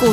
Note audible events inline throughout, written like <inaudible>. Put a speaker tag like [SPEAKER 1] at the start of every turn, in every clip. [SPEAKER 1] 股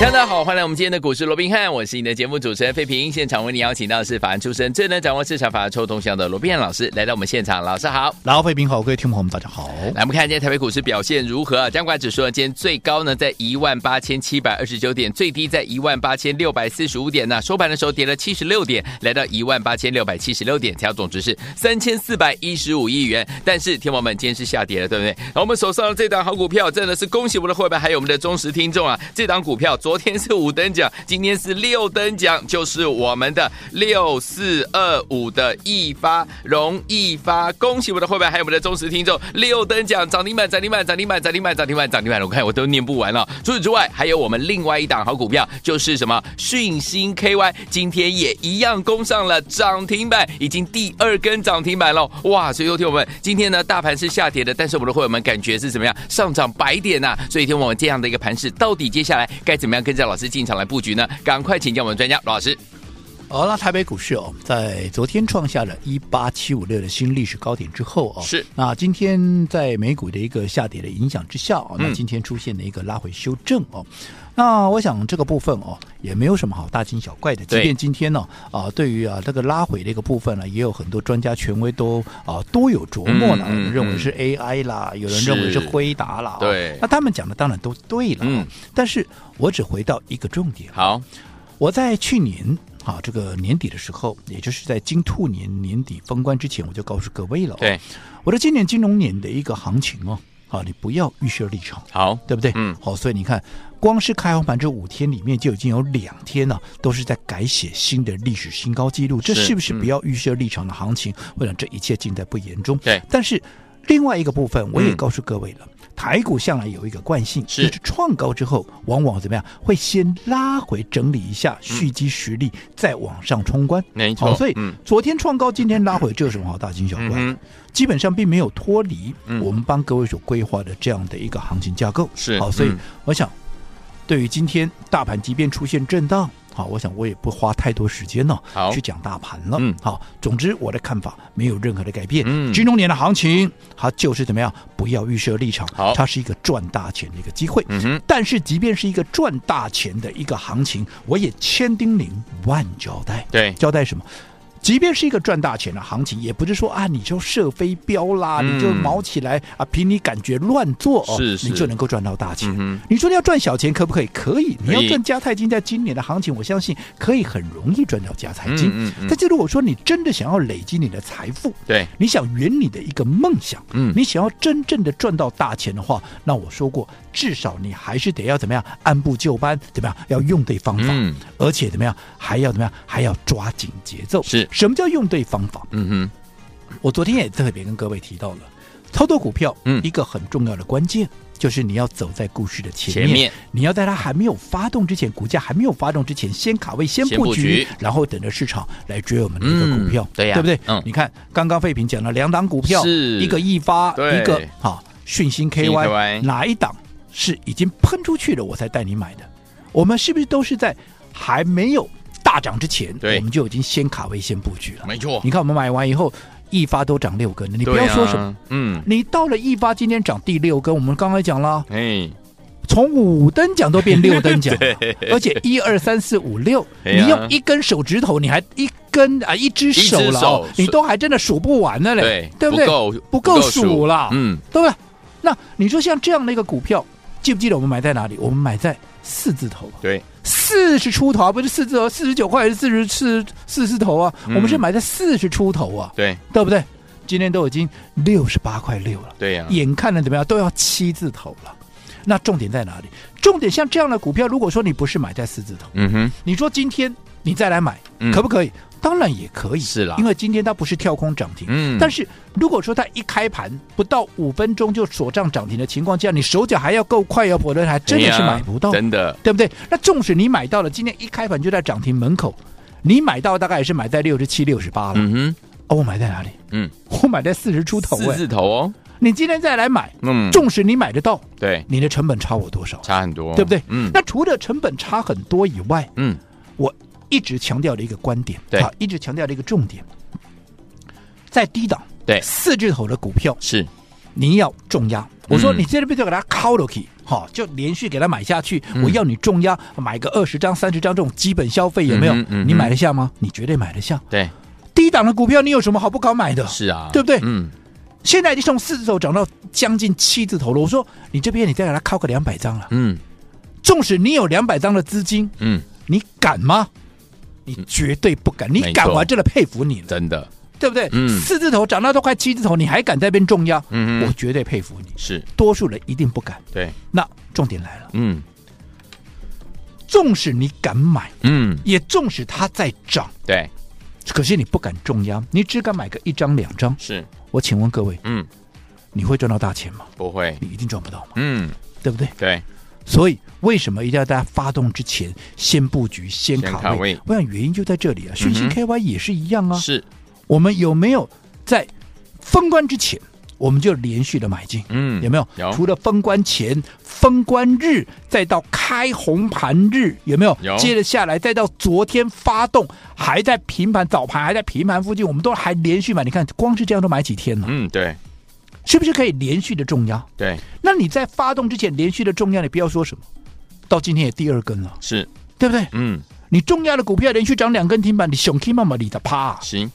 [SPEAKER 2] 大家好，欢迎来我们今天的股市罗宾汉，我是你的节目主持人费平。现场为你邀请到的是法案出身、最能掌握市场法案臭动向的罗宾汉老师来到我们现场，老师好。
[SPEAKER 3] 老费平好，各位听众朋友们，大家好。
[SPEAKER 2] 来，我们看今天台北股市表现如何啊？加管指数呢，今天最高呢在一万八千七百二十九点，最低在一万八千六百四十五点呢、收盘的时候跌了七十六点，来到一万八千六百七十六点，调总值是三千四百一十五亿元。但是天王们今天是下跌了，对不对？好，我们手上的这档好股票真的是恭喜我们的伙伴，还有我们的忠实听众啊！这档股票昨天是五等奖，今天是六等奖，就是我们的六四二五的易发容易发，恭喜我们的会员还有我们的忠实听众六等奖涨停板涨停板涨停板涨停板涨停板涨停板，我看我都念不完了。除此之外，还有我们另外一档好股票，就是什么讯星 KY，今天也一样攻上了涨停板，已经第二根涨停板了。哇！所以，听我们今天呢，大盘是下跌的，但是我们的会员们感觉是怎么样？上涨百点呐、所以，听我们这样的一个盘势，到底接下来该怎么样跟着老师进场来布局呢？赶快请教我们专家罗老师。
[SPEAKER 3] 好、那台北股市哦，在昨天创下了一八七五六的新历史高点之后哦，
[SPEAKER 2] 是
[SPEAKER 3] 那今天在美股的一个下跌的影响之下哦，那
[SPEAKER 2] 嗯
[SPEAKER 3] 今天出现了一个拉回修正哦。那我想这个部分哦，也没有什么好大惊小怪的。即
[SPEAKER 2] 对
[SPEAKER 3] 便今天呢、啊，对于啊这个拉回的一个部分呢、也有很多专家权威都啊多有琢磨了。
[SPEAKER 2] 嗯嗯
[SPEAKER 3] 有人认为是 AI 啦，有人认为是
[SPEAKER 2] 是
[SPEAKER 3] 辉达啦、哦
[SPEAKER 2] 对
[SPEAKER 3] 那他们讲的当然都对了、哦。
[SPEAKER 2] 嗯
[SPEAKER 3] 但是我只回到一个重点，哦
[SPEAKER 2] 好，
[SPEAKER 3] 我在去年啊这个年底的时候，也就是在金兔年年底封关之前，我就告诉各位了、哦，
[SPEAKER 2] 对，
[SPEAKER 3] 我的今年金融年的一个行情哦，啊，你不要预设立场，
[SPEAKER 2] 好，
[SPEAKER 3] 对不对？
[SPEAKER 2] 嗯
[SPEAKER 3] 好、所以你看，光是开红盘这五天里面，就已经有两天呢、都是在改写新的历史新高纪录，这
[SPEAKER 2] 是
[SPEAKER 3] 是不是
[SPEAKER 2] 嗯
[SPEAKER 3] 不要预设立场的行情？我想这一切尽在不言中。
[SPEAKER 2] 对
[SPEAKER 3] 但是另外一个部分，我也
[SPEAKER 2] 嗯
[SPEAKER 3] 告诉各位了。台股向来有一个惯性，
[SPEAKER 2] 是
[SPEAKER 3] 就是创高之后，往往怎么样，会先拉回整理一下，蓄积实力，再往上冲关。
[SPEAKER 2] 没错，
[SPEAKER 3] 好、哦所以、
[SPEAKER 2] 嗯
[SPEAKER 3] 昨天创高，今天拉回，这有什么好大惊小怪？
[SPEAKER 2] 嗯哼
[SPEAKER 3] 基本上并没有脱离
[SPEAKER 2] 嗯
[SPEAKER 3] 我们帮各位所规划的这样的一个行情架构。
[SPEAKER 2] 是
[SPEAKER 3] 好，所以
[SPEAKER 2] 嗯
[SPEAKER 3] 我想，对于今天大盘即便出现震荡，好，我想我也不花太多时间呢、
[SPEAKER 2] 好
[SPEAKER 3] 去讲大盘了。
[SPEAKER 2] 嗯
[SPEAKER 3] 好，总之我的看法没有任何的改变。
[SPEAKER 2] 嗯
[SPEAKER 3] 金融年的行情，它就是怎么样，不要预设立场，
[SPEAKER 2] 好
[SPEAKER 3] 它是一个赚大钱的一个机会。
[SPEAKER 2] 嗯哼，
[SPEAKER 3] 但是，即便是一个赚大钱的一个行情，我也千叮咛万交代，
[SPEAKER 2] 对，
[SPEAKER 3] 交代什么？即便是一个赚大钱的行情，也不是说啊，你就射飞镖啦，
[SPEAKER 2] 嗯
[SPEAKER 3] 你就毛起来啊，凭你感觉乱做哦，
[SPEAKER 2] 是是
[SPEAKER 3] 你就能够赚到大钱。
[SPEAKER 2] 嗯
[SPEAKER 3] 你说你要赚小钱可不可以？可以，你
[SPEAKER 2] 可以
[SPEAKER 3] 要赚加泰金，在今年的行情，我相信可以很容易赚到加泰
[SPEAKER 2] 哼，
[SPEAKER 3] 金。
[SPEAKER 2] 嗯嗯
[SPEAKER 3] 但是如果说你真的想要累积你的财富，
[SPEAKER 2] 对，
[SPEAKER 3] 你想圆你的一个梦想，
[SPEAKER 2] 嗯
[SPEAKER 3] 你想要真正的赚到大钱的话，那我说过，至少你还是得要怎么样，按部就班，怎么样，要用对方法，
[SPEAKER 2] 嗯
[SPEAKER 3] 而且怎么样，还要怎么样，还要抓紧节奏。
[SPEAKER 2] 是
[SPEAKER 3] 什么叫用对方法？
[SPEAKER 2] 嗯哼，
[SPEAKER 3] 我昨天也特别跟各位提到了，操作股票，
[SPEAKER 2] 嗯
[SPEAKER 3] 一个很重要的关键就是你要走在故事的前面，
[SPEAKER 2] 前面
[SPEAKER 3] 你要在它还没有发动之前，股价还没有发动之前，先卡位，先
[SPEAKER 2] 先布
[SPEAKER 3] 布局，
[SPEAKER 2] 局
[SPEAKER 3] 然后等着市场来追我们的一个股票
[SPEAKER 2] 嗯，对呀
[SPEAKER 3] 不对？
[SPEAKER 2] 嗯
[SPEAKER 3] 你看刚刚费平讲了两档股票，
[SPEAKER 2] 是
[SPEAKER 3] 一个易发，
[SPEAKER 2] 对
[SPEAKER 3] 一个好讯星
[SPEAKER 2] KY
[SPEAKER 3] KY，哪一档是已经喷出去了，我才带你买的？我们是不是都是在还没有大涨之前，
[SPEAKER 2] 对
[SPEAKER 3] 我们就已经先卡位先布局了？
[SPEAKER 2] 没错
[SPEAKER 3] 你，看我们买完以后，一发都涨六根了，你
[SPEAKER 2] 你
[SPEAKER 3] 不要说什么。，
[SPEAKER 2] 嗯，
[SPEAKER 3] 你到了一发今天涨第六根，我们刚才讲了，
[SPEAKER 2] 哎，，
[SPEAKER 3] 从五等奖都变六等奖
[SPEAKER 2] <laughs> 对
[SPEAKER 3] 而且一二三四五六，
[SPEAKER 2] 哎呀
[SPEAKER 3] 你用一根手指头，你还一根啊一只手
[SPEAKER 2] 一只
[SPEAKER 3] 了哦
[SPEAKER 2] 手，
[SPEAKER 3] 你都还真的数不完的嘞，对不对？
[SPEAKER 2] 够
[SPEAKER 3] 不够数了
[SPEAKER 2] 嗯，
[SPEAKER 3] 对不对？那你说像这样的一个股票，记不记得我们买在哪里？我们买在四字头啊，
[SPEAKER 2] 对，
[SPEAKER 3] 四十出头啊，不是四字头，四十九块还是四十四四字头啊？
[SPEAKER 2] 嗯
[SPEAKER 3] 我们是买在四十出头啊，
[SPEAKER 2] 对，
[SPEAKER 3] 对不对？今天都已经六十八块六了，
[SPEAKER 2] 对呀、啊
[SPEAKER 3] 眼看着怎么样都要七字头了。那重点在哪里？重点像这样的股票，如果说你不是买在四字头，
[SPEAKER 2] 嗯哼，
[SPEAKER 3] 你说今天你再来买，
[SPEAKER 2] 嗯
[SPEAKER 3] 可不可以？当然也可以，
[SPEAKER 2] 是啦
[SPEAKER 3] 因为今天它不是跳空涨停。
[SPEAKER 2] 嗯
[SPEAKER 3] 但是如果说它一开盘不到五分钟就锁涨涨停的情况下，你手脚还要够快哦，否则还真的是
[SPEAKER 2] 哎呀
[SPEAKER 3] 买不到。
[SPEAKER 2] 真的，
[SPEAKER 3] 对不对？那纵使你买到了，今天一开盘就在涨停门口，你买到大概也是买在六十七、六十八了。
[SPEAKER 2] 嗯哼，
[SPEAKER 3] 哦，我买在哪里？
[SPEAKER 2] 嗯，
[SPEAKER 3] 我买在四十出头
[SPEAKER 2] 四
[SPEAKER 3] 哎。
[SPEAKER 2] 字头哦，
[SPEAKER 3] 你今天再来买，
[SPEAKER 2] 嗯
[SPEAKER 3] 纵使你买得到，
[SPEAKER 2] 对，
[SPEAKER 3] 你的成本差我多少？
[SPEAKER 2] 差很多，
[SPEAKER 3] 对不对？
[SPEAKER 2] 嗯，
[SPEAKER 3] 那除了成本差很多以外，
[SPEAKER 2] 嗯，
[SPEAKER 3] 我一直强调的一个观点，
[SPEAKER 2] 对
[SPEAKER 3] 啊，一直强调的一个重点，在低档
[SPEAKER 2] 对
[SPEAKER 3] 四字头的股票，
[SPEAKER 2] 是
[SPEAKER 3] 您要重压。我说
[SPEAKER 2] 嗯
[SPEAKER 3] 你这边就给它敲了去，好，就连续给它买下去。
[SPEAKER 2] 嗯
[SPEAKER 3] 我要你重压，买个二十张、三十张这种基本消费有没有
[SPEAKER 2] 嗯哼嗯哼？
[SPEAKER 3] 你买得下吗？你绝对买得下。
[SPEAKER 2] 对，
[SPEAKER 3] 低档的股票你有什么好不敢买的？
[SPEAKER 2] 是啊，
[SPEAKER 3] 对不对
[SPEAKER 2] 嗯，
[SPEAKER 3] 现在已经从四字头涨到将近七字头了。我说你这边你再给它敲个两百张了，
[SPEAKER 2] 嗯，
[SPEAKER 3] 纵使你有两百张的资金，
[SPEAKER 2] 嗯，
[SPEAKER 3] 你敢吗？你绝对不敢，你
[SPEAKER 2] 嗯没
[SPEAKER 3] 敢
[SPEAKER 2] 错
[SPEAKER 3] 我还真的佩服你了，
[SPEAKER 2] 真的，
[SPEAKER 3] 对不对？
[SPEAKER 2] 嗯
[SPEAKER 3] 四字头涨到都快七字头，你还敢在那边重压？
[SPEAKER 2] 嗯
[SPEAKER 3] 我绝对佩服你。
[SPEAKER 2] 是
[SPEAKER 3] 多数人一定不敢。
[SPEAKER 2] 对，
[SPEAKER 3] 那重点来了，
[SPEAKER 2] 嗯
[SPEAKER 3] 纵使你敢买，
[SPEAKER 2] 嗯，
[SPEAKER 3] 也纵使它在涨，
[SPEAKER 2] 对，
[SPEAKER 3] 可是你不敢重压，你只敢买个一张两张。
[SPEAKER 2] 是，
[SPEAKER 3] 我请问各位，
[SPEAKER 2] 嗯，
[SPEAKER 3] 你会赚到大钱吗？
[SPEAKER 2] 不会，
[SPEAKER 3] 你一定赚不到嘛，
[SPEAKER 2] 嗯，
[SPEAKER 3] 对不对？
[SPEAKER 2] 对，
[SPEAKER 3] 所以为什么一定要大家发动之前先布局、先
[SPEAKER 2] 先
[SPEAKER 3] 卡位？
[SPEAKER 2] 卡位
[SPEAKER 3] 我想原因就在这里啊。讯息
[SPEAKER 2] 嗯哼
[SPEAKER 3] KY 也是一样啊，
[SPEAKER 2] 是，
[SPEAKER 3] 我们有没有在封关之前，我们就连续的买进？
[SPEAKER 2] 嗯
[SPEAKER 3] 有没有？
[SPEAKER 2] 有
[SPEAKER 3] 除了封关前、封关日，再到开红盘日，有没有？
[SPEAKER 2] 有
[SPEAKER 3] 接着下来，再到昨天发动，还在平盘早盘，还在平盘附近，我们都还连续买。你看，光是这样都买几天了，
[SPEAKER 2] 嗯，对
[SPEAKER 3] 是不是可以连续的重压？
[SPEAKER 2] 对，
[SPEAKER 3] 那你在发动之前连续的重压，你不要说什么，到今天也第二根了，
[SPEAKER 2] 是，
[SPEAKER 3] 对不对？
[SPEAKER 2] 嗯，
[SPEAKER 3] 你重压的股票连续涨两根停板，你熊 K 妈妈你的趴、
[SPEAKER 2] 行，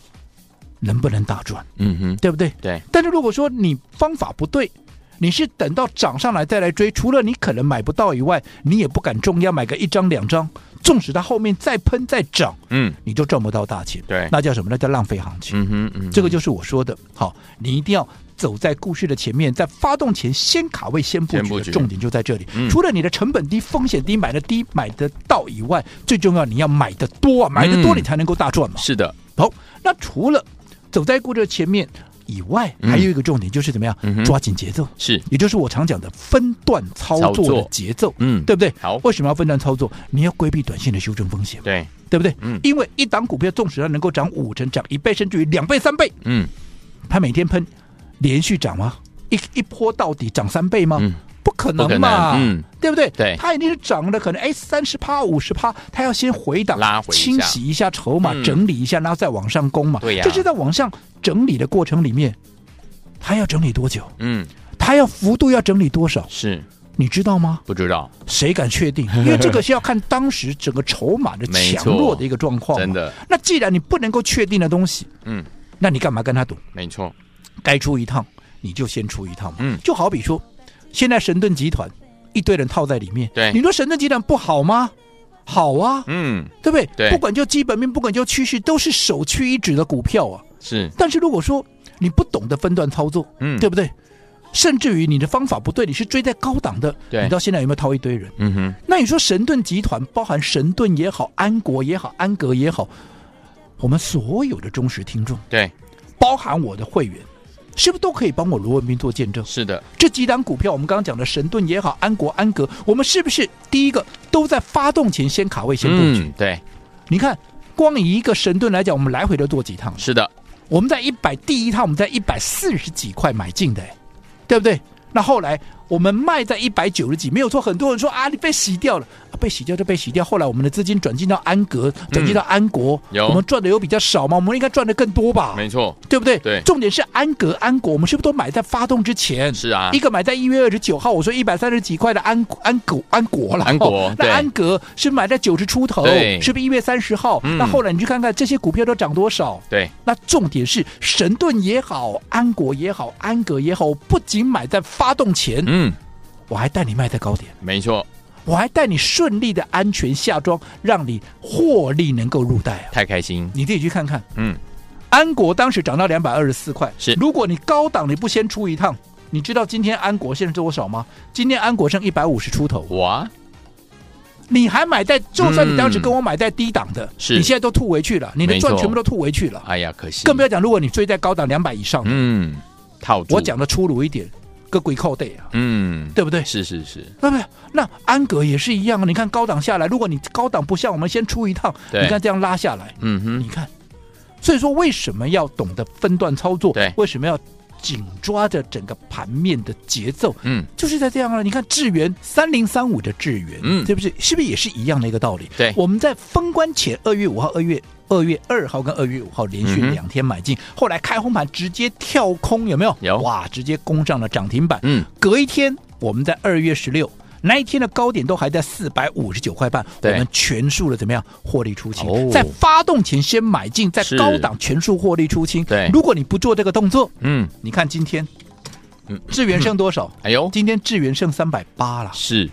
[SPEAKER 3] 能不能大赚？
[SPEAKER 2] 嗯哼，
[SPEAKER 3] 对不对？
[SPEAKER 2] 对，
[SPEAKER 3] 但是如果说你方法不对，你是等到涨上来再来追，除了你可能买不到以外，你也不敢重压买个一张两张，纵使它后面再喷再涨，
[SPEAKER 2] 嗯
[SPEAKER 3] 你就赚不到大钱。
[SPEAKER 2] 对
[SPEAKER 3] 那叫什么？那叫浪费行情。
[SPEAKER 2] 嗯哼嗯哼，
[SPEAKER 3] 这个就是我说的，好，你一定要。走在故事的前面，在发动前先卡位、先布
[SPEAKER 2] 先布
[SPEAKER 3] 局
[SPEAKER 2] 局
[SPEAKER 3] 的重点就在这里。
[SPEAKER 2] 嗯
[SPEAKER 3] 除了你的成本低、风险低、买的低、买得到以外，最重要你要买的多啊，买的多
[SPEAKER 2] 嗯
[SPEAKER 3] 你才能够大赚嘛。
[SPEAKER 2] 是的，
[SPEAKER 3] 好，那除了走在故事的前面以外，
[SPEAKER 2] 嗯
[SPEAKER 3] 还有一个重点就是怎么样、
[SPEAKER 2] 嗯哼
[SPEAKER 3] 抓紧节奏，
[SPEAKER 2] 是，
[SPEAKER 3] 也就是我常讲的分段操
[SPEAKER 2] 操
[SPEAKER 3] 作
[SPEAKER 2] 作
[SPEAKER 3] 的节奏，
[SPEAKER 2] 嗯，
[SPEAKER 3] 对不对？
[SPEAKER 2] 好
[SPEAKER 3] 为什么要分段操作？你要规避短线的修正风险，
[SPEAKER 2] 对，
[SPEAKER 3] 对不对？
[SPEAKER 2] 嗯
[SPEAKER 3] 因为一档股票纵使它能够涨五成、涨一倍，甚至于两倍、三倍，
[SPEAKER 2] 嗯
[SPEAKER 3] 它每天喷，连续涨吗？一一波到底涨三倍吗？
[SPEAKER 2] 嗯，
[SPEAKER 3] 不可
[SPEAKER 2] 不可
[SPEAKER 3] 能嘛，
[SPEAKER 2] 能，嗯，
[SPEAKER 3] 对不对？
[SPEAKER 2] 对
[SPEAKER 3] 它一定是涨的，可能哎三十趴、五十趴，它要先回档、
[SPEAKER 2] 拉回一下
[SPEAKER 3] 清洗一下筹码、
[SPEAKER 2] 嗯
[SPEAKER 3] 整理一下，然后再往上攻嘛。
[SPEAKER 2] 对呀
[SPEAKER 3] 这是在往上整理的过程里面，它要整理多久？
[SPEAKER 2] 嗯，
[SPEAKER 3] 它要幅度要整理多少？
[SPEAKER 2] 是，
[SPEAKER 3] 你知道吗？
[SPEAKER 2] 不知道，
[SPEAKER 3] 谁敢
[SPEAKER 2] <laughs>
[SPEAKER 3] 确定？因为这个是要看当时整个筹码的
[SPEAKER 2] 没错
[SPEAKER 3] 强弱的一个状况。
[SPEAKER 2] 真。的，
[SPEAKER 3] 那既然你不能够确定的东西，
[SPEAKER 2] 嗯，
[SPEAKER 3] 那你干嘛跟他赌？
[SPEAKER 2] 没错，
[SPEAKER 3] 该出一趟你就先出一趟嘛。
[SPEAKER 2] 嗯
[SPEAKER 3] 就好比说，现在神盾集团一堆人套在里面，
[SPEAKER 2] 对
[SPEAKER 3] 你说神盾集团不好吗？好啊，
[SPEAKER 2] 嗯，
[SPEAKER 3] 对不对？
[SPEAKER 2] 对
[SPEAKER 3] 不管就基本面，不管就趋势，都是首屈一指的股票啊。
[SPEAKER 2] 是，
[SPEAKER 3] 但是如果说你不懂得分段操作，
[SPEAKER 2] 嗯，
[SPEAKER 3] 对，不对？甚至于你的方法不对，你是追在高档的，
[SPEAKER 2] 对
[SPEAKER 3] 你到现在有没有套一堆人？
[SPEAKER 2] 嗯哼，
[SPEAKER 3] 那你说神盾集团，包含神盾也好，安国也好，安格也好，我们所有的忠实听众，
[SPEAKER 2] 对，
[SPEAKER 3] 包含我的会员，是不是都可以帮我罗文斌做见证？
[SPEAKER 2] 是的，
[SPEAKER 3] 这几档股票，我们刚刚讲的神盾也好，安国、安格，我们是不是第一个都在发动前先卡位、先布局？
[SPEAKER 2] 嗯，对，
[SPEAKER 3] 你看，光以一个神盾来讲，我们来回都做几趟了？
[SPEAKER 2] 是的，
[SPEAKER 3] 我们在一百第一趟，我们在一百四十几块买进的，哎对不对？那后来我们卖在一百九十几，没有错。很多人说啊，你被洗掉了、啊，被洗掉就被洗掉。后来我们的资金转进到安格，转进到安国，
[SPEAKER 2] 嗯有
[SPEAKER 3] 我们赚的有比较少吗？我们应该赚的更多吧？
[SPEAKER 2] 没错，
[SPEAKER 3] 对不对？
[SPEAKER 2] 对
[SPEAKER 3] 重点是安格、安国，我们是不是都买在发动之前？
[SPEAKER 2] 是啊
[SPEAKER 3] 一，个买在一月二十九号，我说一百三十几块的安安国安国了，
[SPEAKER 2] 安国
[SPEAKER 3] 哦那
[SPEAKER 2] 对
[SPEAKER 3] 安格是买在九十出头
[SPEAKER 2] 对，
[SPEAKER 3] 是不是一月三十号？
[SPEAKER 2] 嗯
[SPEAKER 3] 那后来你去看看这些股票都涨多少。
[SPEAKER 2] 对，
[SPEAKER 3] 那重点是神盾也好，安国也好，安格也好，我不仅买在发动前，
[SPEAKER 2] 嗯，
[SPEAKER 3] 我还带你卖在高点，
[SPEAKER 2] 没错，
[SPEAKER 3] 我还带你顺利的安全下庄，让你获利能够入袋啊！
[SPEAKER 2] 太开心，
[SPEAKER 3] 你自己去看看。
[SPEAKER 2] 嗯，
[SPEAKER 3] 安国当时涨到两百二十四块，
[SPEAKER 2] 是
[SPEAKER 3] 如果你高档你不先出一趟，你知道今天安国现在多少吗？今天安国剩一百五十出头，
[SPEAKER 2] 哇，
[SPEAKER 3] 你还买在，就算你当时
[SPEAKER 2] 嗯
[SPEAKER 3] 跟我买在低档的，
[SPEAKER 2] 是
[SPEAKER 3] 你现在都吐回去了，你的
[SPEAKER 2] 没
[SPEAKER 3] 赚
[SPEAKER 2] 错
[SPEAKER 3] 全部都吐回去了，
[SPEAKER 2] 哎呀，可惜，
[SPEAKER 3] 更不要讲如果你追在高档两百以上，
[SPEAKER 2] 嗯，套住，
[SPEAKER 3] 我，讲的粗鲁一点，个鬼扣对啊，
[SPEAKER 2] 嗯，
[SPEAKER 3] 对不对？
[SPEAKER 2] 是是是，
[SPEAKER 3] 那不那安格也是一样啊，你看高档下来，如果你高档不像我们先出一趟，
[SPEAKER 2] 对
[SPEAKER 3] 你看这样拉下来，
[SPEAKER 2] 嗯哼，
[SPEAKER 3] 你看，所以说为什么要懂得分段操作？
[SPEAKER 2] 对
[SPEAKER 3] 为什么要紧抓着整个盘面的节奏，
[SPEAKER 2] 嗯，
[SPEAKER 3] 就是在这样啊。你看智源三零三五的智源，
[SPEAKER 2] 嗯
[SPEAKER 3] 对不对？是不是也是一样的一个道理？
[SPEAKER 2] 对
[SPEAKER 3] 我们在封关前二月五号、二月。二月二号跟二月五号连
[SPEAKER 2] 嗯
[SPEAKER 3] 续
[SPEAKER 2] 哼
[SPEAKER 3] 两天买进，后来开红盘直接跳空，有没有？
[SPEAKER 2] 有
[SPEAKER 3] 哇，直接攻上了涨停板。
[SPEAKER 2] 嗯，
[SPEAKER 3] 隔一天，我们在二月十六那一天的高点都还在四百五十九块半，我
[SPEAKER 2] 对
[SPEAKER 3] 们全数的怎么样获利出清？
[SPEAKER 2] 哦
[SPEAKER 3] 在发动前先买进，在
[SPEAKER 2] 是
[SPEAKER 3] 高档全数获利出清。
[SPEAKER 2] 对
[SPEAKER 3] 如果你不做这个动作，
[SPEAKER 2] 嗯，
[SPEAKER 3] 你看今天
[SPEAKER 2] 嗯，
[SPEAKER 3] 智源剩
[SPEAKER 2] <laughs>
[SPEAKER 3] 多少？
[SPEAKER 2] 哎呦，
[SPEAKER 3] 今天智源剩三百八了，
[SPEAKER 2] 是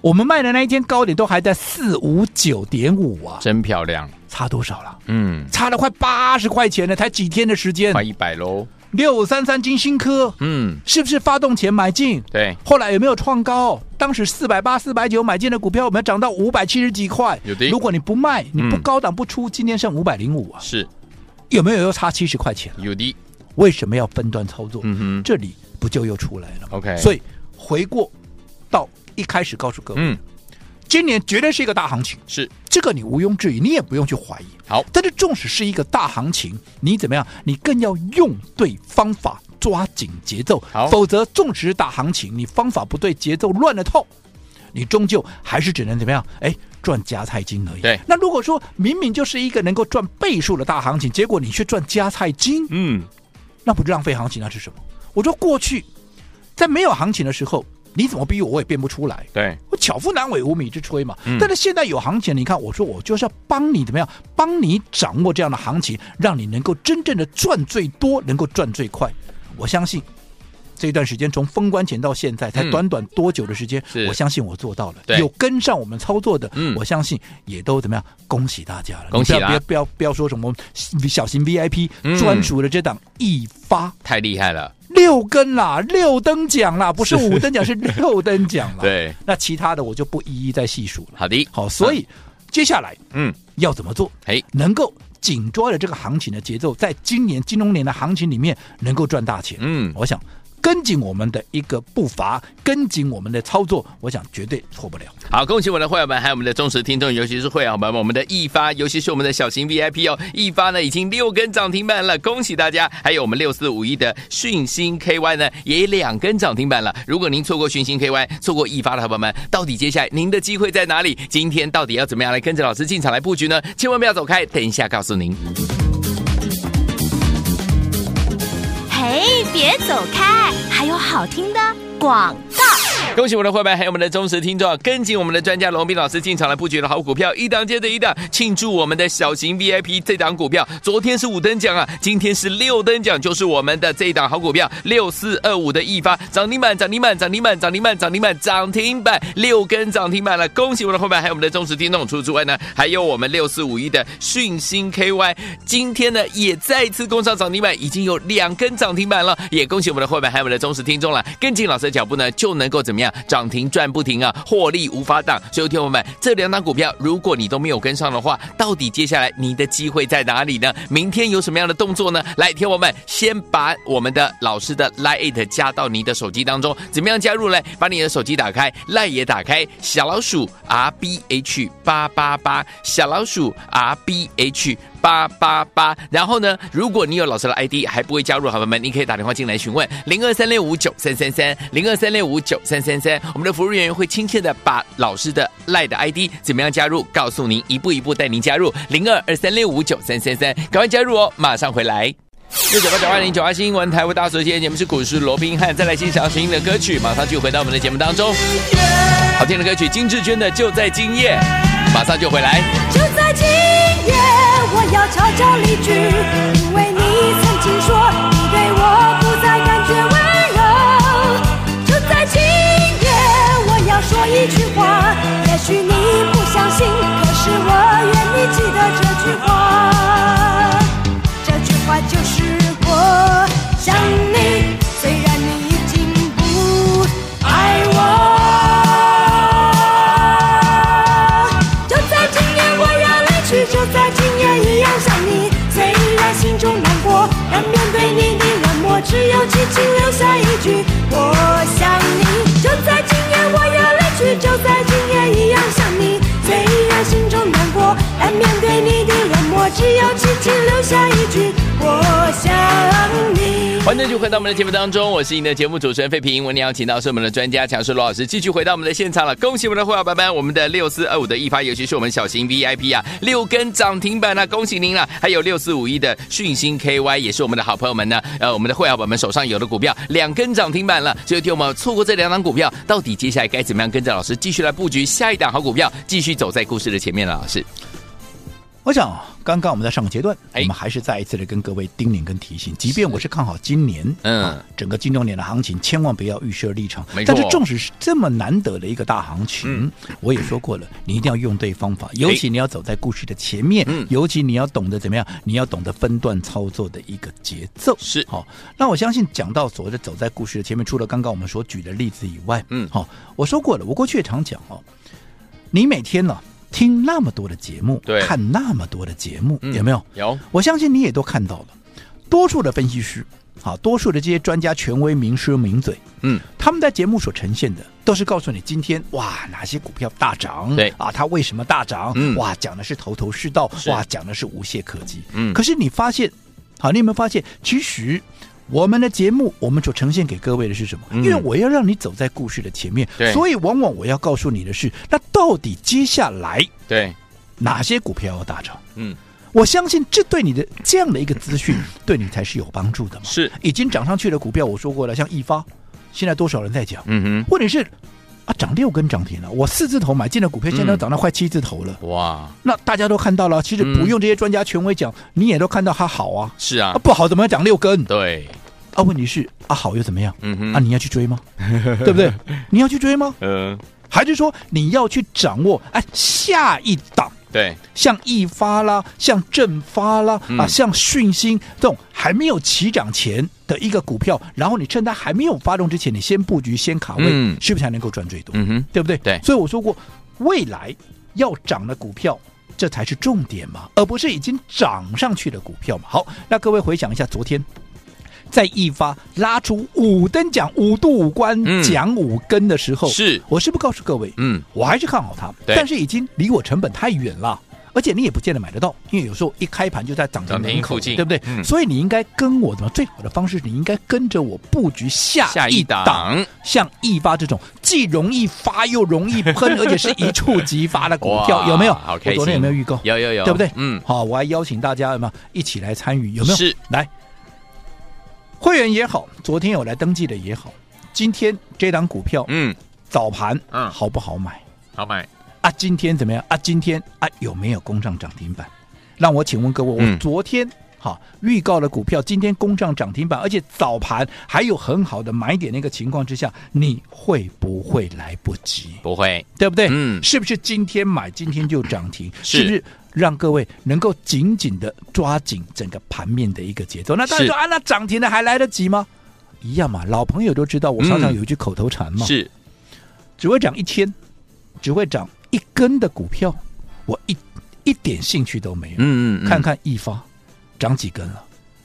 [SPEAKER 3] 我们卖的那一天高点都还在四五九点五啊，
[SPEAKER 2] 真漂亮，
[SPEAKER 3] 差多少了？
[SPEAKER 2] 嗯，
[SPEAKER 3] 差了快八十块钱了，才几天的时间
[SPEAKER 2] 快。一百喽，
[SPEAKER 3] 六三三金星科
[SPEAKER 2] 哎嗯，
[SPEAKER 3] 是不是发动前买进？
[SPEAKER 2] 对，
[SPEAKER 3] 后来有没有创高？当时四百八、四百九买进的股票，我们涨到五百七十几块。
[SPEAKER 2] 有的
[SPEAKER 3] 如果你不卖，你不
[SPEAKER 2] 嗯
[SPEAKER 3] 高档不出，今天剩五百零五啊，
[SPEAKER 2] 是
[SPEAKER 3] 有没有又差七十块钱？
[SPEAKER 2] 有的，
[SPEAKER 3] 为什么要分段操作？
[SPEAKER 2] 嗯哼
[SPEAKER 3] 这里不就又出来了吗？
[SPEAKER 2] ，OK，
[SPEAKER 3] 所
[SPEAKER 2] 以，
[SPEAKER 3] 以回过到一开始告诉各位，
[SPEAKER 2] 嗯，
[SPEAKER 3] 今年绝对是一个大行情，
[SPEAKER 2] 是
[SPEAKER 3] 这个你毋庸置疑，你也不用去怀疑。
[SPEAKER 2] 好，
[SPEAKER 3] 但是纵使是一个大行情，你怎么样？你更要用对方法，抓紧节奏
[SPEAKER 2] 好。
[SPEAKER 3] 否则，纵使是大行情，你方法不对，节奏乱了套，你终究还是只能怎么样？哎，赚加菜金而已。
[SPEAKER 2] 对
[SPEAKER 3] 那如果说明明就是一个能够赚倍数的大行情，结果你却赚加菜金，
[SPEAKER 2] 嗯，
[SPEAKER 3] 那不是浪费行情，那是什么？我说过去在没有行情的时候，你怎么逼我，我也变不出来。
[SPEAKER 2] 对，
[SPEAKER 3] 我巧妇难为无米之炊嘛。
[SPEAKER 2] 嗯
[SPEAKER 3] 但是现在有行情，你看，我说我就是要帮你怎么样，帮你掌握这样的行情，让你能够真正的赚最多，能够赚最快。我相信这段时间从封关前到现在，才
[SPEAKER 2] 嗯
[SPEAKER 3] 短短多久的时间，
[SPEAKER 2] 是
[SPEAKER 3] 我相信我做到了。
[SPEAKER 2] 对
[SPEAKER 3] 有跟上我们操作的，
[SPEAKER 2] 嗯
[SPEAKER 3] 我相信也都怎么样，恭喜大家了。
[SPEAKER 2] 恭喜
[SPEAKER 3] 你不要
[SPEAKER 2] 啦
[SPEAKER 3] 不要不要不要说什么小型 VIP
[SPEAKER 2] 嗯
[SPEAKER 3] 专属的这档一发。
[SPEAKER 2] 太厉害了，
[SPEAKER 3] 六根啦，六等
[SPEAKER 2] <laughs>
[SPEAKER 3] 奖啦，不是五等奖，是六等奖啦。
[SPEAKER 2] 对，
[SPEAKER 3] 那其他的我就不一一再细数了。
[SPEAKER 2] 好的，
[SPEAKER 3] 好，所以接下来
[SPEAKER 2] 嗯，
[SPEAKER 3] 要怎么做，
[SPEAKER 2] 嘿，
[SPEAKER 3] 能够紧抓着这个行情的节奏，在今年金融年的行情里面能够赚大钱？
[SPEAKER 2] 嗯，
[SPEAKER 3] 我想跟紧我们的一个步伐，跟紧我们的操作，我想绝对错不了。
[SPEAKER 2] 好，恭喜我们的会员们，还有我们的忠实听众，尤其是会员朋友们，我们的一发，尤其是我们的小型 VIP 哦，一发呢已经六根涨停板了，恭喜大家！还有我们六四五一的讯星 KY 呢，也两根涨停板了。如果您错过讯星 KY，错过一发的伙伴们，到底接下来您的机会在哪里？今天到底要怎么样来跟着老师进场来布局呢？千万不要走开，等一下告诉您。
[SPEAKER 1] 嘿，别走开，还有好听的广告。
[SPEAKER 2] 恭喜我们的伙伴，还有我们的忠实听众啊，跟紧我们的专家龙斌老师进场来布局的好股票，一档接着一档，庆祝我们的小型 VIP 这档股票，昨天是五等奖啊，今天是六等奖，就是我们的这一档好股票六四二五的一发涨停板，涨停板，涨停板，涨停板，涨停板，涨停板，六根涨停板了，恭喜我们的伙伴，还有我们的忠实听众。除此之外呢，还有我们六四五一的讯星 KY，今天呢也再次攻上涨停板，已经有两根涨停板了，也恭喜我们的伙伴还有我们的忠实听众了，跟进老师的脚步呢，就能够怎么样涨停赚不停啊，获利无法挡。所以，听友们，这两档股票如果你都没有跟上的话，到底接下来你的机会在哪里呢？明天有什么样的动作呢？来，听友们，先把我们的老师的 Line It 加到你的手机当中，怎么样加入呢？把你的手机打开，Line 也打开，小老鼠 R B H 八八八，小老鼠 R B H。八八八。然后呢，如果你有老师的 ID 还不会加入，好朋友们，你可以打电话进来询问零二三六五九三三三零二三六五九三三三，我们的服务人员会亲切的把老师的赖的 ID 怎么样加入，告诉您，一步一步带您加入零二二三六五九三三三，赶快加入哦，马上回来。六九八九二零九二新闻台为大家所见，节目是股市罗宾汉，再来欣赏好听的歌曲，马上就回到我们的节目当中。好听的歌曲，金志娟的《就在今夜》，马上就回来。
[SPEAKER 4] 就在今夜，我要悄悄离去，因为你曾经说你对我不再感觉温柔。就在今夜，我要说一句话，也许你不相信，可是我愿你记得这句话。这句话就是我想你，虽然你已经不爱我。就在今夜我要离去，就在今夜一样想你，虽然心中难过，但面对你的冷漠，只有轻轻留下一句我想你。就在今夜我要离去，就在今夜一样想你，虽然心中难过，但面对你的冷漠，只有轻轻留下一句我想你。
[SPEAKER 2] 欢欢迎继续回到我们的节目当中，我是您的节目主持人费平。我们邀请到是我们的专家强势罗老师，继续回到我们的现场了。恭喜我们的会员伙伴们，我们的六四二五的一发，尤其是我们小型 VIP 啊，六根涨停板啊，恭喜您了！还有六四五一的讯星 KY，也是我们的好朋友们呢。呃，我们的会员伙伴们手上有的股票两根涨停板了，所以听我们错过这两档股票，到底接下来该怎么样跟着老师继续来布局下一档好股票，继续走在故事的前面了？老师，
[SPEAKER 3] 我想啊，刚刚我们在上个阶段，
[SPEAKER 2] 哎
[SPEAKER 3] 我们还是再一次的跟各位叮咛跟提醒，即便我是看好今年，
[SPEAKER 2] 嗯
[SPEAKER 3] 啊整个金牛年的行情，千万不要预设立场
[SPEAKER 2] 没。错嗯
[SPEAKER 3] 但是纵使是这么难得的一个大行情，我也说过了，你一定要用对方法，尤其你要走在故事的前面，
[SPEAKER 2] 哎嗯
[SPEAKER 3] 尤其你要懂得怎么样，你要懂得分段操作的一个节奏。
[SPEAKER 2] 是
[SPEAKER 3] 好、那我相信讲到所谓的走在故事的前面，除了刚刚我们所举的例子以外，
[SPEAKER 2] 嗯
[SPEAKER 3] 好、我说过了，我过去也常讲哦，你每天呢、听那么多的节目，
[SPEAKER 2] 对
[SPEAKER 3] 看那么多的节目，
[SPEAKER 2] 嗯
[SPEAKER 3] 有没有？
[SPEAKER 2] 有，
[SPEAKER 3] 我相信你也都看到了，多数的分析师，好，多数的这些专家、权威、名师、名嘴，
[SPEAKER 2] 嗯，
[SPEAKER 3] 他们在节目所呈现的，都是告诉你今天哇哪些股票大涨，
[SPEAKER 2] 对
[SPEAKER 3] 啊，它为什么大涨？
[SPEAKER 2] 嗯
[SPEAKER 3] 哇，讲的是头头是道，
[SPEAKER 2] 是
[SPEAKER 3] 哇，讲的是无懈可击。
[SPEAKER 2] 嗯
[SPEAKER 3] 可是你发现，好，你有没有发现，其实我们的节目，我们所呈现给各位的是什么？
[SPEAKER 2] 嗯
[SPEAKER 3] 因为我要让你走在故事的前面
[SPEAKER 2] 对，
[SPEAKER 3] 所以往往我要告诉你的是，那到底接下来
[SPEAKER 2] 对，
[SPEAKER 3] 哪些股票要大涨？
[SPEAKER 2] 嗯，
[SPEAKER 3] 我相信这对你的这样的一个资
[SPEAKER 2] <laughs>
[SPEAKER 3] 讯，对你才是有帮助的嘛。
[SPEAKER 2] 是，
[SPEAKER 3] 已经涨上去的股票，我说过了，像易发，现在多少人在讲？
[SPEAKER 2] 嗯
[SPEAKER 3] 问题是啊，涨六根涨停了，我四字头买进的股票，现在都涨到快七字头了。
[SPEAKER 2] 哼，哇，
[SPEAKER 3] 那大家都看到了，其实不用这些专家权威讲，你也都看到它好啊，
[SPEAKER 2] 是嗯啊
[SPEAKER 3] 啊，不好怎么涨六根？
[SPEAKER 2] 对，
[SPEAKER 3] 啊，问题是啊好又怎么样？
[SPEAKER 2] 嗯哼
[SPEAKER 3] 啊，你要
[SPEAKER 2] <laughs>
[SPEAKER 3] 去追吗？对不对？你要去追吗？
[SPEAKER 2] 嗯，
[SPEAKER 3] 还是说你要去掌握哎下一档？
[SPEAKER 2] 对，
[SPEAKER 3] 像易发啦，像正发啦，
[SPEAKER 2] 嗯
[SPEAKER 3] 啊，像讯星这种还没有起涨前的一个股票，然后你趁它还没有发动之前，你先布局，先卡位，
[SPEAKER 2] 嗯
[SPEAKER 3] 是不是才能够赚最多？
[SPEAKER 2] 嗯哼，
[SPEAKER 3] 对不对？
[SPEAKER 2] 对
[SPEAKER 3] 所以我说过，未来要涨的股票。这才是重点嘛，而不是已经涨上去的股票嘛。好，那各位回想一下，昨天在易发拉出五等奖、五度五关、
[SPEAKER 2] 嗯
[SPEAKER 3] 讲五根的时候，
[SPEAKER 2] 是
[SPEAKER 3] 我是不是告诉各位，
[SPEAKER 2] 嗯，
[SPEAKER 3] 我还是看好它，
[SPEAKER 2] 对
[SPEAKER 3] 但是已经离我成本太远了。而且你也不见得买得到，因为有时候一开盘就在涨停
[SPEAKER 2] 涨停
[SPEAKER 3] 门口
[SPEAKER 2] 附近
[SPEAKER 3] 对不对？
[SPEAKER 2] 嗯
[SPEAKER 3] 所以你应该跟我怎么最好的方式，你应该跟着我布局下
[SPEAKER 2] 下一
[SPEAKER 3] 一
[SPEAKER 2] 档
[SPEAKER 3] 档，像易发这种既容易发又容易喷，而且是一触即发的股票，
[SPEAKER 2] 哇
[SPEAKER 3] 有没有？
[SPEAKER 2] 好开心
[SPEAKER 3] 我昨天有没有预告？
[SPEAKER 2] 有有有，
[SPEAKER 3] 对不对？
[SPEAKER 2] 嗯，
[SPEAKER 3] 好，我还邀请大家有没有一起来参与？有没有？
[SPEAKER 2] 是
[SPEAKER 3] 来，会员也好，昨天有来登记的也好，今天这档股票
[SPEAKER 2] 嗯，
[SPEAKER 3] 早盘
[SPEAKER 2] 嗯
[SPEAKER 3] 好不好买？
[SPEAKER 2] 好买，
[SPEAKER 3] 啊，今天怎么样啊？今天啊有没有攻上涨停板？让我请问各位，
[SPEAKER 2] 嗯
[SPEAKER 3] 我昨天哈、预告的股票，今天攻上涨停板，而且早盘还有很好的买点的一个情况之下，你会不会来不及？
[SPEAKER 2] 不会，
[SPEAKER 3] 对不对？
[SPEAKER 2] 嗯
[SPEAKER 3] 是不是今天买今天就涨停？
[SPEAKER 2] 是
[SPEAKER 3] 不是让各位能够紧紧的抓紧整个盘面的一个节奏？那当然
[SPEAKER 2] 是
[SPEAKER 3] 说啊，那涨停了还来得及吗？一样嘛，老朋友都知道，我常常
[SPEAKER 2] 嗯
[SPEAKER 3] 有一句口头禅嘛，
[SPEAKER 2] 是，
[SPEAKER 3] 只会涨一天，只会涨一根的股票，我一一点兴趣都没有。
[SPEAKER 2] 嗯嗯，
[SPEAKER 3] 看，看易发涨几根了，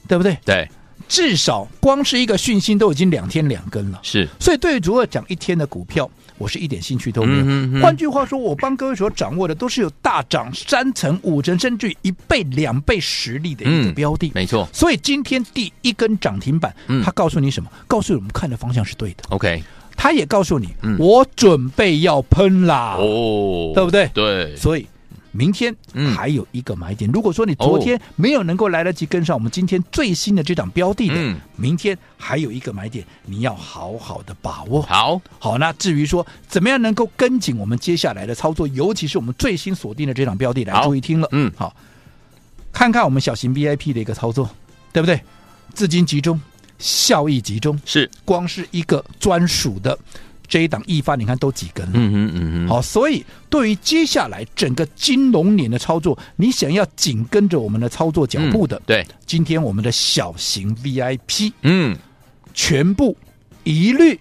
[SPEAKER 3] 对不对？
[SPEAKER 2] 对，
[SPEAKER 3] 至少光是一个讯息都已经两天两根了。
[SPEAKER 2] 是，
[SPEAKER 3] 所以对于如何涨一天的股票，我是一点兴趣都没有。
[SPEAKER 2] 嗯哼哼
[SPEAKER 3] 换句话说，我帮各位所掌握的都是有大涨三成、五成，甚至一倍、两倍实力的一个
[SPEAKER 2] 嗯
[SPEAKER 3] 标的。
[SPEAKER 2] 没错
[SPEAKER 3] 所以今天第一根涨停板，
[SPEAKER 2] 嗯
[SPEAKER 3] 它告诉你什么？告诉我们看的方向是对的。
[SPEAKER 2] ，OK，
[SPEAKER 3] 他也告诉你，
[SPEAKER 2] 嗯
[SPEAKER 3] 我准备要喷啦。
[SPEAKER 2] 哦，
[SPEAKER 3] 对不对
[SPEAKER 2] 对，
[SPEAKER 3] 所以明天
[SPEAKER 2] 嗯哦
[SPEAKER 3] 还有一个买点。如果说你昨天没有能够来得及跟上我们今天最新的这档标的的，
[SPEAKER 2] 嗯
[SPEAKER 3] 明天还有一个买点，你要好好的把握。
[SPEAKER 2] 好，
[SPEAKER 3] 好，那至于说怎么样能够跟紧我们接下来的操作，尤其是我们最新锁定的这档标的，来
[SPEAKER 2] 好
[SPEAKER 3] 注意听了。
[SPEAKER 2] 嗯
[SPEAKER 3] 好，看看我们小型 VIP 的一个操作，对不对？资金集中，效益集中，
[SPEAKER 2] 是，
[SPEAKER 3] 光是一个专属的这一档易发，你看都几根了。
[SPEAKER 2] 嗯哼嗯哼，，
[SPEAKER 3] 好，所以对于接下来整个金融年的操作，你想要紧跟着我们的操作脚步的，
[SPEAKER 2] 嗯对，
[SPEAKER 3] 今天我们的小型 VIP
[SPEAKER 2] 嗯，
[SPEAKER 3] 全部一律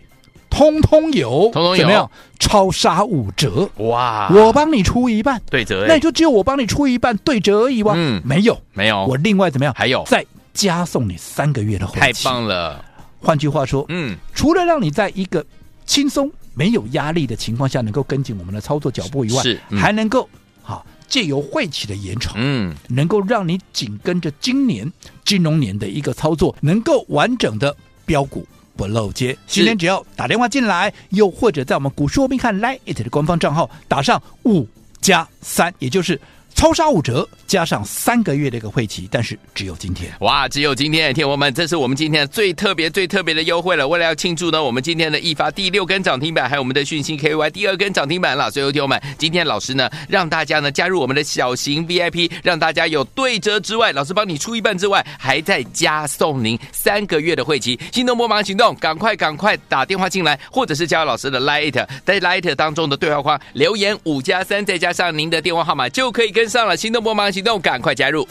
[SPEAKER 3] 通通有，
[SPEAKER 2] 通通有
[SPEAKER 3] 怎么样？超杀五折，
[SPEAKER 2] 哇，
[SPEAKER 3] 我帮你出一半，
[SPEAKER 2] 对折，
[SPEAKER 3] 那也就只有我帮你出一半对折而已哇，
[SPEAKER 2] 嗯
[SPEAKER 3] 没有，
[SPEAKER 2] 没有，
[SPEAKER 3] 我另外怎么样？
[SPEAKER 2] 还有
[SPEAKER 3] 再加送你三个月的会
[SPEAKER 2] 太
[SPEAKER 3] 期。
[SPEAKER 2] 棒了，
[SPEAKER 3] 换句话说，
[SPEAKER 2] 嗯，
[SPEAKER 3] 除了让你在一个轻松、没有压力的情况下能够跟紧我们的操作脚步以外，
[SPEAKER 2] 是嗯
[SPEAKER 3] 还能够好借由会期的延长，
[SPEAKER 2] 嗯，
[SPEAKER 3] 能够让你紧跟着今年金融年的一个操作，能够完整的标股。不漏接，今天只要打电话进来，又或者在我们股市罗宾看 Line 的官方账号打上五加三，也就是超杀五折加上三个月的一个会期，但是只有今天。
[SPEAKER 2] 哇，只有今天，天王们，这是我们今天最特别、最特别的优惠了。为了要庆祝呢，我们今天的一发第六根涨停板，还有我们的讯息 KY 第二根涨停板了。所以，天王们，今天老师呢，让大家呢加入我们的小型 VIP，让大家有对折之外，老师帮你出一半之外，还再加送您三个月的会期。心动不忙行动，赶快赶快打电话进来，或者是加入老师的 Light，在 Light 当中的对话框留言五加三，再加上您的电话号码，就可以跟上了。心动不忙行动，赶快加入。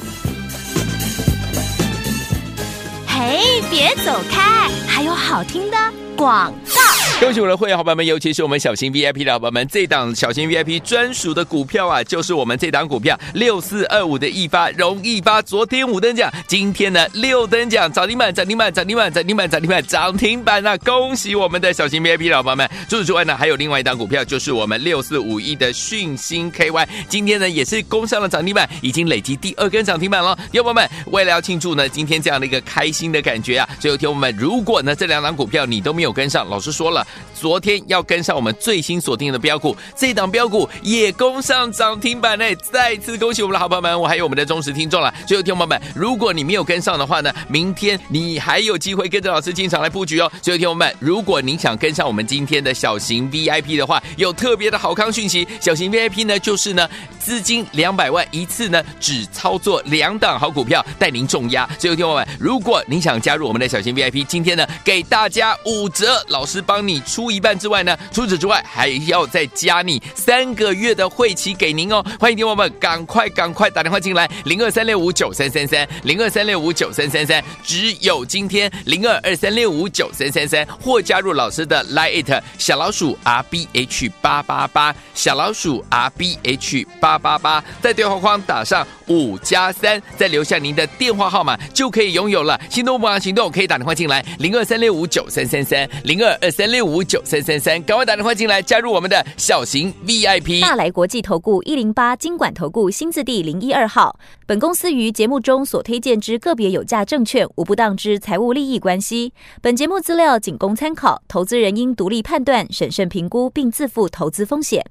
[SPEAKER 1] 嘿，别走开，还有好听的广告。
[SPEAKER 2] 恭喜我们的会员伙伴们，尤其是我们小型 VIP 的伙伴们，这档小型 VIP 专属的股票啊，就是我们这档股票六四二五的易发容易发，昨天五等奖，今天呢六等奖，涨停板，涨停板，涨停板，涨停板，涨停板，涨停板呐、恭喜我们的小型 VIP 老伙伴们！除此之外呢，还有另外一档股票，就是我们六四五一的讯星 KY，今天呢也是攻上了涨停板，已经累积第二根涨停板了。要伙伴们，为了要庆祝呢今天这样的一个开心的感觉啊，所以有天我们如果呢这两档股票你都没有跟上，老师说了。昨天要跟上我们最新锁定的标股，这档标股也攻上涨停板呢，再次恭喜我们的好朋友们，我还有我们的忠实听众了。所以，听众朋友们，如果你没有跟上的话呢，明天你还有机会跟着老师进场来布局哦。所以，听众朋友们，如果您想跟上我们今天的小型 VIP 的话，有特别的好康讯息，小型 VIP 呢就是呢资金两百万一次呢只操作两档好股票，带您重压。所以，听众朋友们，如果您想加入我们的小型 VIP，今天呢给大家五折，老师帮你出一半之外呢，除此之外还要再加你三个月的会期给您哦。欢迎听众朋友们赶快赶快打电话进来，零二三六五九三三三，零二三六五九三三三，只有今天零二二三六五九三三三，或加入老师的 Line It 小老鼠 R B H 八八八，小老鼠 R B H 八八八，在对话框打上五加三，再留下您的电话号码就可以拥有了。心动不忙行动，可以打电话进来，零二三六五九三三三，零二二三六五九三三三，赶快打电话进来加入我们的小型 VIP。
[SPEAKER 5] 大来国际投顾一零八金管投顾新字第零一二号。本公司于节目中所推荐之个别有价证券，无不当之财务利益关系。本节目资料仅供参考，投资人应独立判断、审慎评估，并自负投资风险。